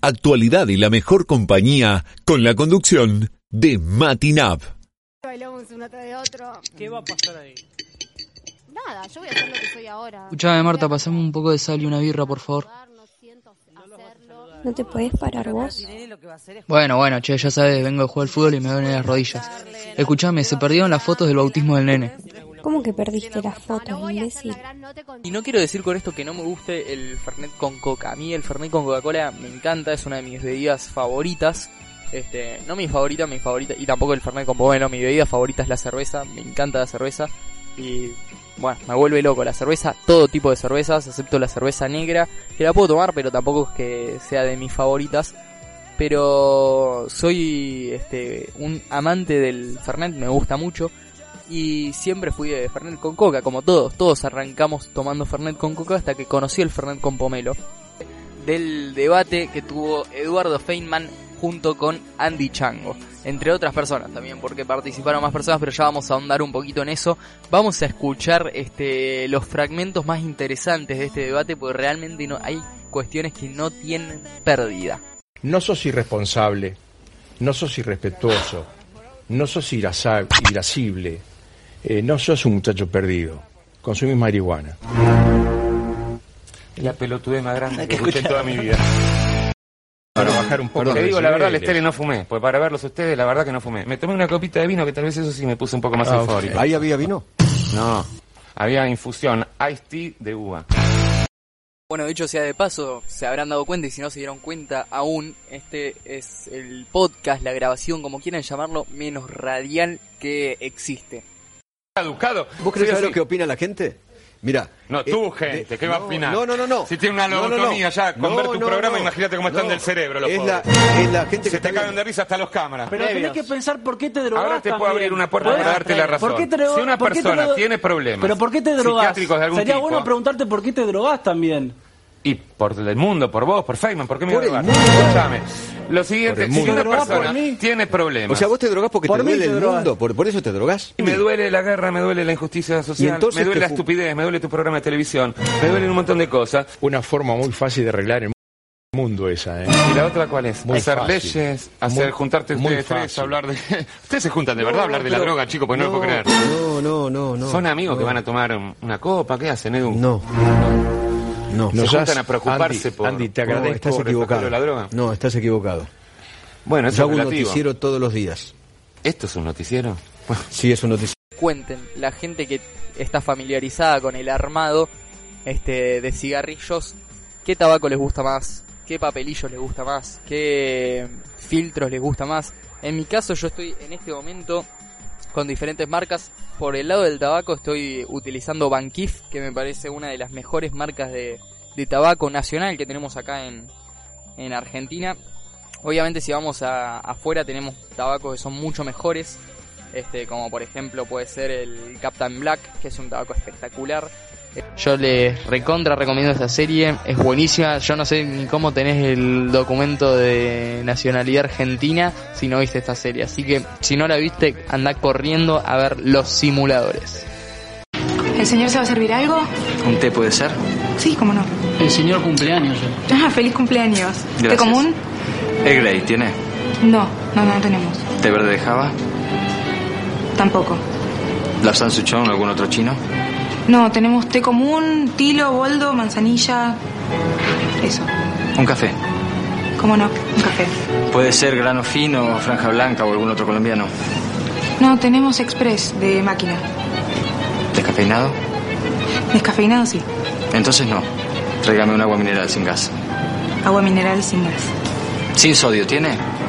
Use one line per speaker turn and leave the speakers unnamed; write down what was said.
Actualidad y la mejor compañía con la conducción de Matinab.
Bailamos uno atrás de otro.
¿Qué va a pasar ahí?
Nada, yo voy a hacer lo que soy ahora.
Escuchame, Marta, pasame un poco de sal y una birra, por favor.
No siento hacerlo.
¿No te podés parar vos?
Bueno, bueno, che, ya sabes, vengo de jugar al fútbol y me duelen las rodillas. Escuchame, se perdieron las fotos del bautismo del nene.
¿Cómo que perdiste las
No, no
fotos,
voy a hacer
imbécil?
la gran no te con-
Y no quiero decir con esto que no me guste el Fernet con Coca. A mí el Fernet con Coca-Cola me encanta, es una de mis bebidas favoritas. Este, no mi favorita, mi favorita, y tampoco el Fernet con Pomelo. Mi bebida favorita es la cerveza, me encanta la cerveza. Y bueno, me vuelve loco la cerveza, todo tipo de cervezas, excepto la cerveza negra, que la puedo tomar, pero tampoco es que sea de mis favoritas. Pero soy este, un amante del Fernet, me gusta mucho y siempre fui de Fernet con coca, como todos, todos arrancamos tomando Fernet con coca hasta que conocí el Fernet con pomelo. Del debate que tuvo Eduardo Feynman junto con Andy Chango, entre otras personas también, porque participaron más personas, pero ya vamos a ahondar un poquito en eso. Vamos a escuchar este, los fragmentos más interesantes de este debate, porque realmente no, hay cuestiones que no tienen pérdida.
No sos irresponsable, no sos irrespetuoso, no sos irasa- irascible, eh, no sos un muchacho perdido, consumís marihuana.
Es la pelotudez más grande que, escuché en toda mi vida.
Para bajar un poco
Te
los
digo la verdad,
decibeles.
Lestele, no fumé. Pues para verlos a ustedes, la verdad que no fumé. Me tomé una copita de vino que tal vez eso sí me puso un poco más
Ah,
eufórico.
¿Ahí había vino?
No, había infusión Ice Tea de uva.
Bueno, dicho sea de paso, se habrán dado cuenta y si no se dieron cuenta aún, este es el podcast, la grabación, como quieran llamarlo, menos radial que existe.
Caducado.
¿Vos crees
Sí,
saber
sí.
lo que opina la gente? Mira.
No,
eh,
tu
de-
gente, ¿qué va a
no,
opinar?
No, no, no, no.
Si tiene una
No, no, no.
lobotomía ya, con
No,
ver tu
no,
programa,
no.
imagínate cómo están
No.
del cerebro los
Es la,
pobres.
es la gente
Se
que
te
está
cagan de
viendo.
risa hasta los cámaras.
Pero tenés que pensar por qué te drogas.
Ahora te puedo abrir una puerta
¿Podés?
para darte la razón.
¿Por qué te drogas?
Si una
¿Por qué te
persona
drogas?
tiene problemas
Pero ¿por qué te drogas?
psiquiátricos de algún
Sería
tipo-
bueno preguntarte por qué te drogas también.
Y por el mundo, por vos, por Feynman, ¿por qué me
Por
voy a
el
drogar?
mundo.
Escuchame. Lo siguiente,
el
si
mundo.
una
Pero va por
persona
mí.
tiene
O
problemas.
sea, vos te drogás porque
Por
te
mí
duele
te
el
drogás.
mundo. Por, por eso te drogás.
Y me duele la guerra, me duele la injusticia
Y
social,
entonces
me duele
te
la
fu-
estupidez, me duele tu programa de televisión, me duelen un montón de cosas.
Una forma muy fácil de arreglar el mundo esa, ¿eh?
¿Y la otra cuál es?
Muy
hacer
fácil.
leyes, hacer
Muy-
juntarte
muy
ustedes tres,
fácil.
hablar de... ustedes se juntan de verdad a hablar de la
pero-
droga, chicos, porque no, lo puedo creer.
No, no, no, no.
Son amigos
no.
que van a tomar un- una copa, ¿qué hacen, Edu?
No. No.
Se
Nos
juntan
has-
a preocuparse
Andy,
por-
Andy, te
por-
No,
agradezco.
estás
pobre,
equivocado.
pero la droga.
No, estás equivocado.
Bueno,
Yo
eso
hago
es
un
relativo.
noticiero todos los días.
¿Esto es un noticiero?
Sí, es un noticiero.
Cuenten, la gente que está familiarizada con el armado este de cigarrillos, qué tabaco les gusta más, qué papelillos les gusta más, qué filtros les gusta más. En mi caso yo estoy en este momento con diferentes marcas. Por el lado del tabaco estoy utilizando Banquif, que me parece una de las mejores marcas de, de tabaco nacional que tenemos acá en, en Argentina. Obviamente si vamos a, afuera tenemos tabacos que son mucho mejores, este, como por ejemplo puede ser el Captain Black, que es un tabaco espectacular. Yo les recontra recomiendo esta serie, es buenísima. Yo no sé ni cómo tenés el documento de nacionalidad argentina si no viste esta serie. Así que si no la viste, andá corriendo a ver los simuladores.
¿El señor se va a servir algo?
¿Un té puede ser?
Sí, cómo no.
El señor cumpleaños. ¿eh?
Ah, feliz cumpleaños. ¿Te
Gracias.
común?
¿El Grey tiene?
No, no, no tenemos.
¿Té verde de Java?
Tampoco.
¿La Sansuchón o algún otro chino?
No, tenemos té común, tilo, boldo, manzanilla. Eso.
¿Un café?
¿Cómo no? Un café.
¿Puede ser grano fino, franja blanca o algún otro colombiano?
No, tenemos express de máquina.
¿Descafeinado?
Descafeinado, sí.
Entonces no. Tráigame un agua mineral sin gas.
Agua mineral sin gas.
¿Sin sodio tiene?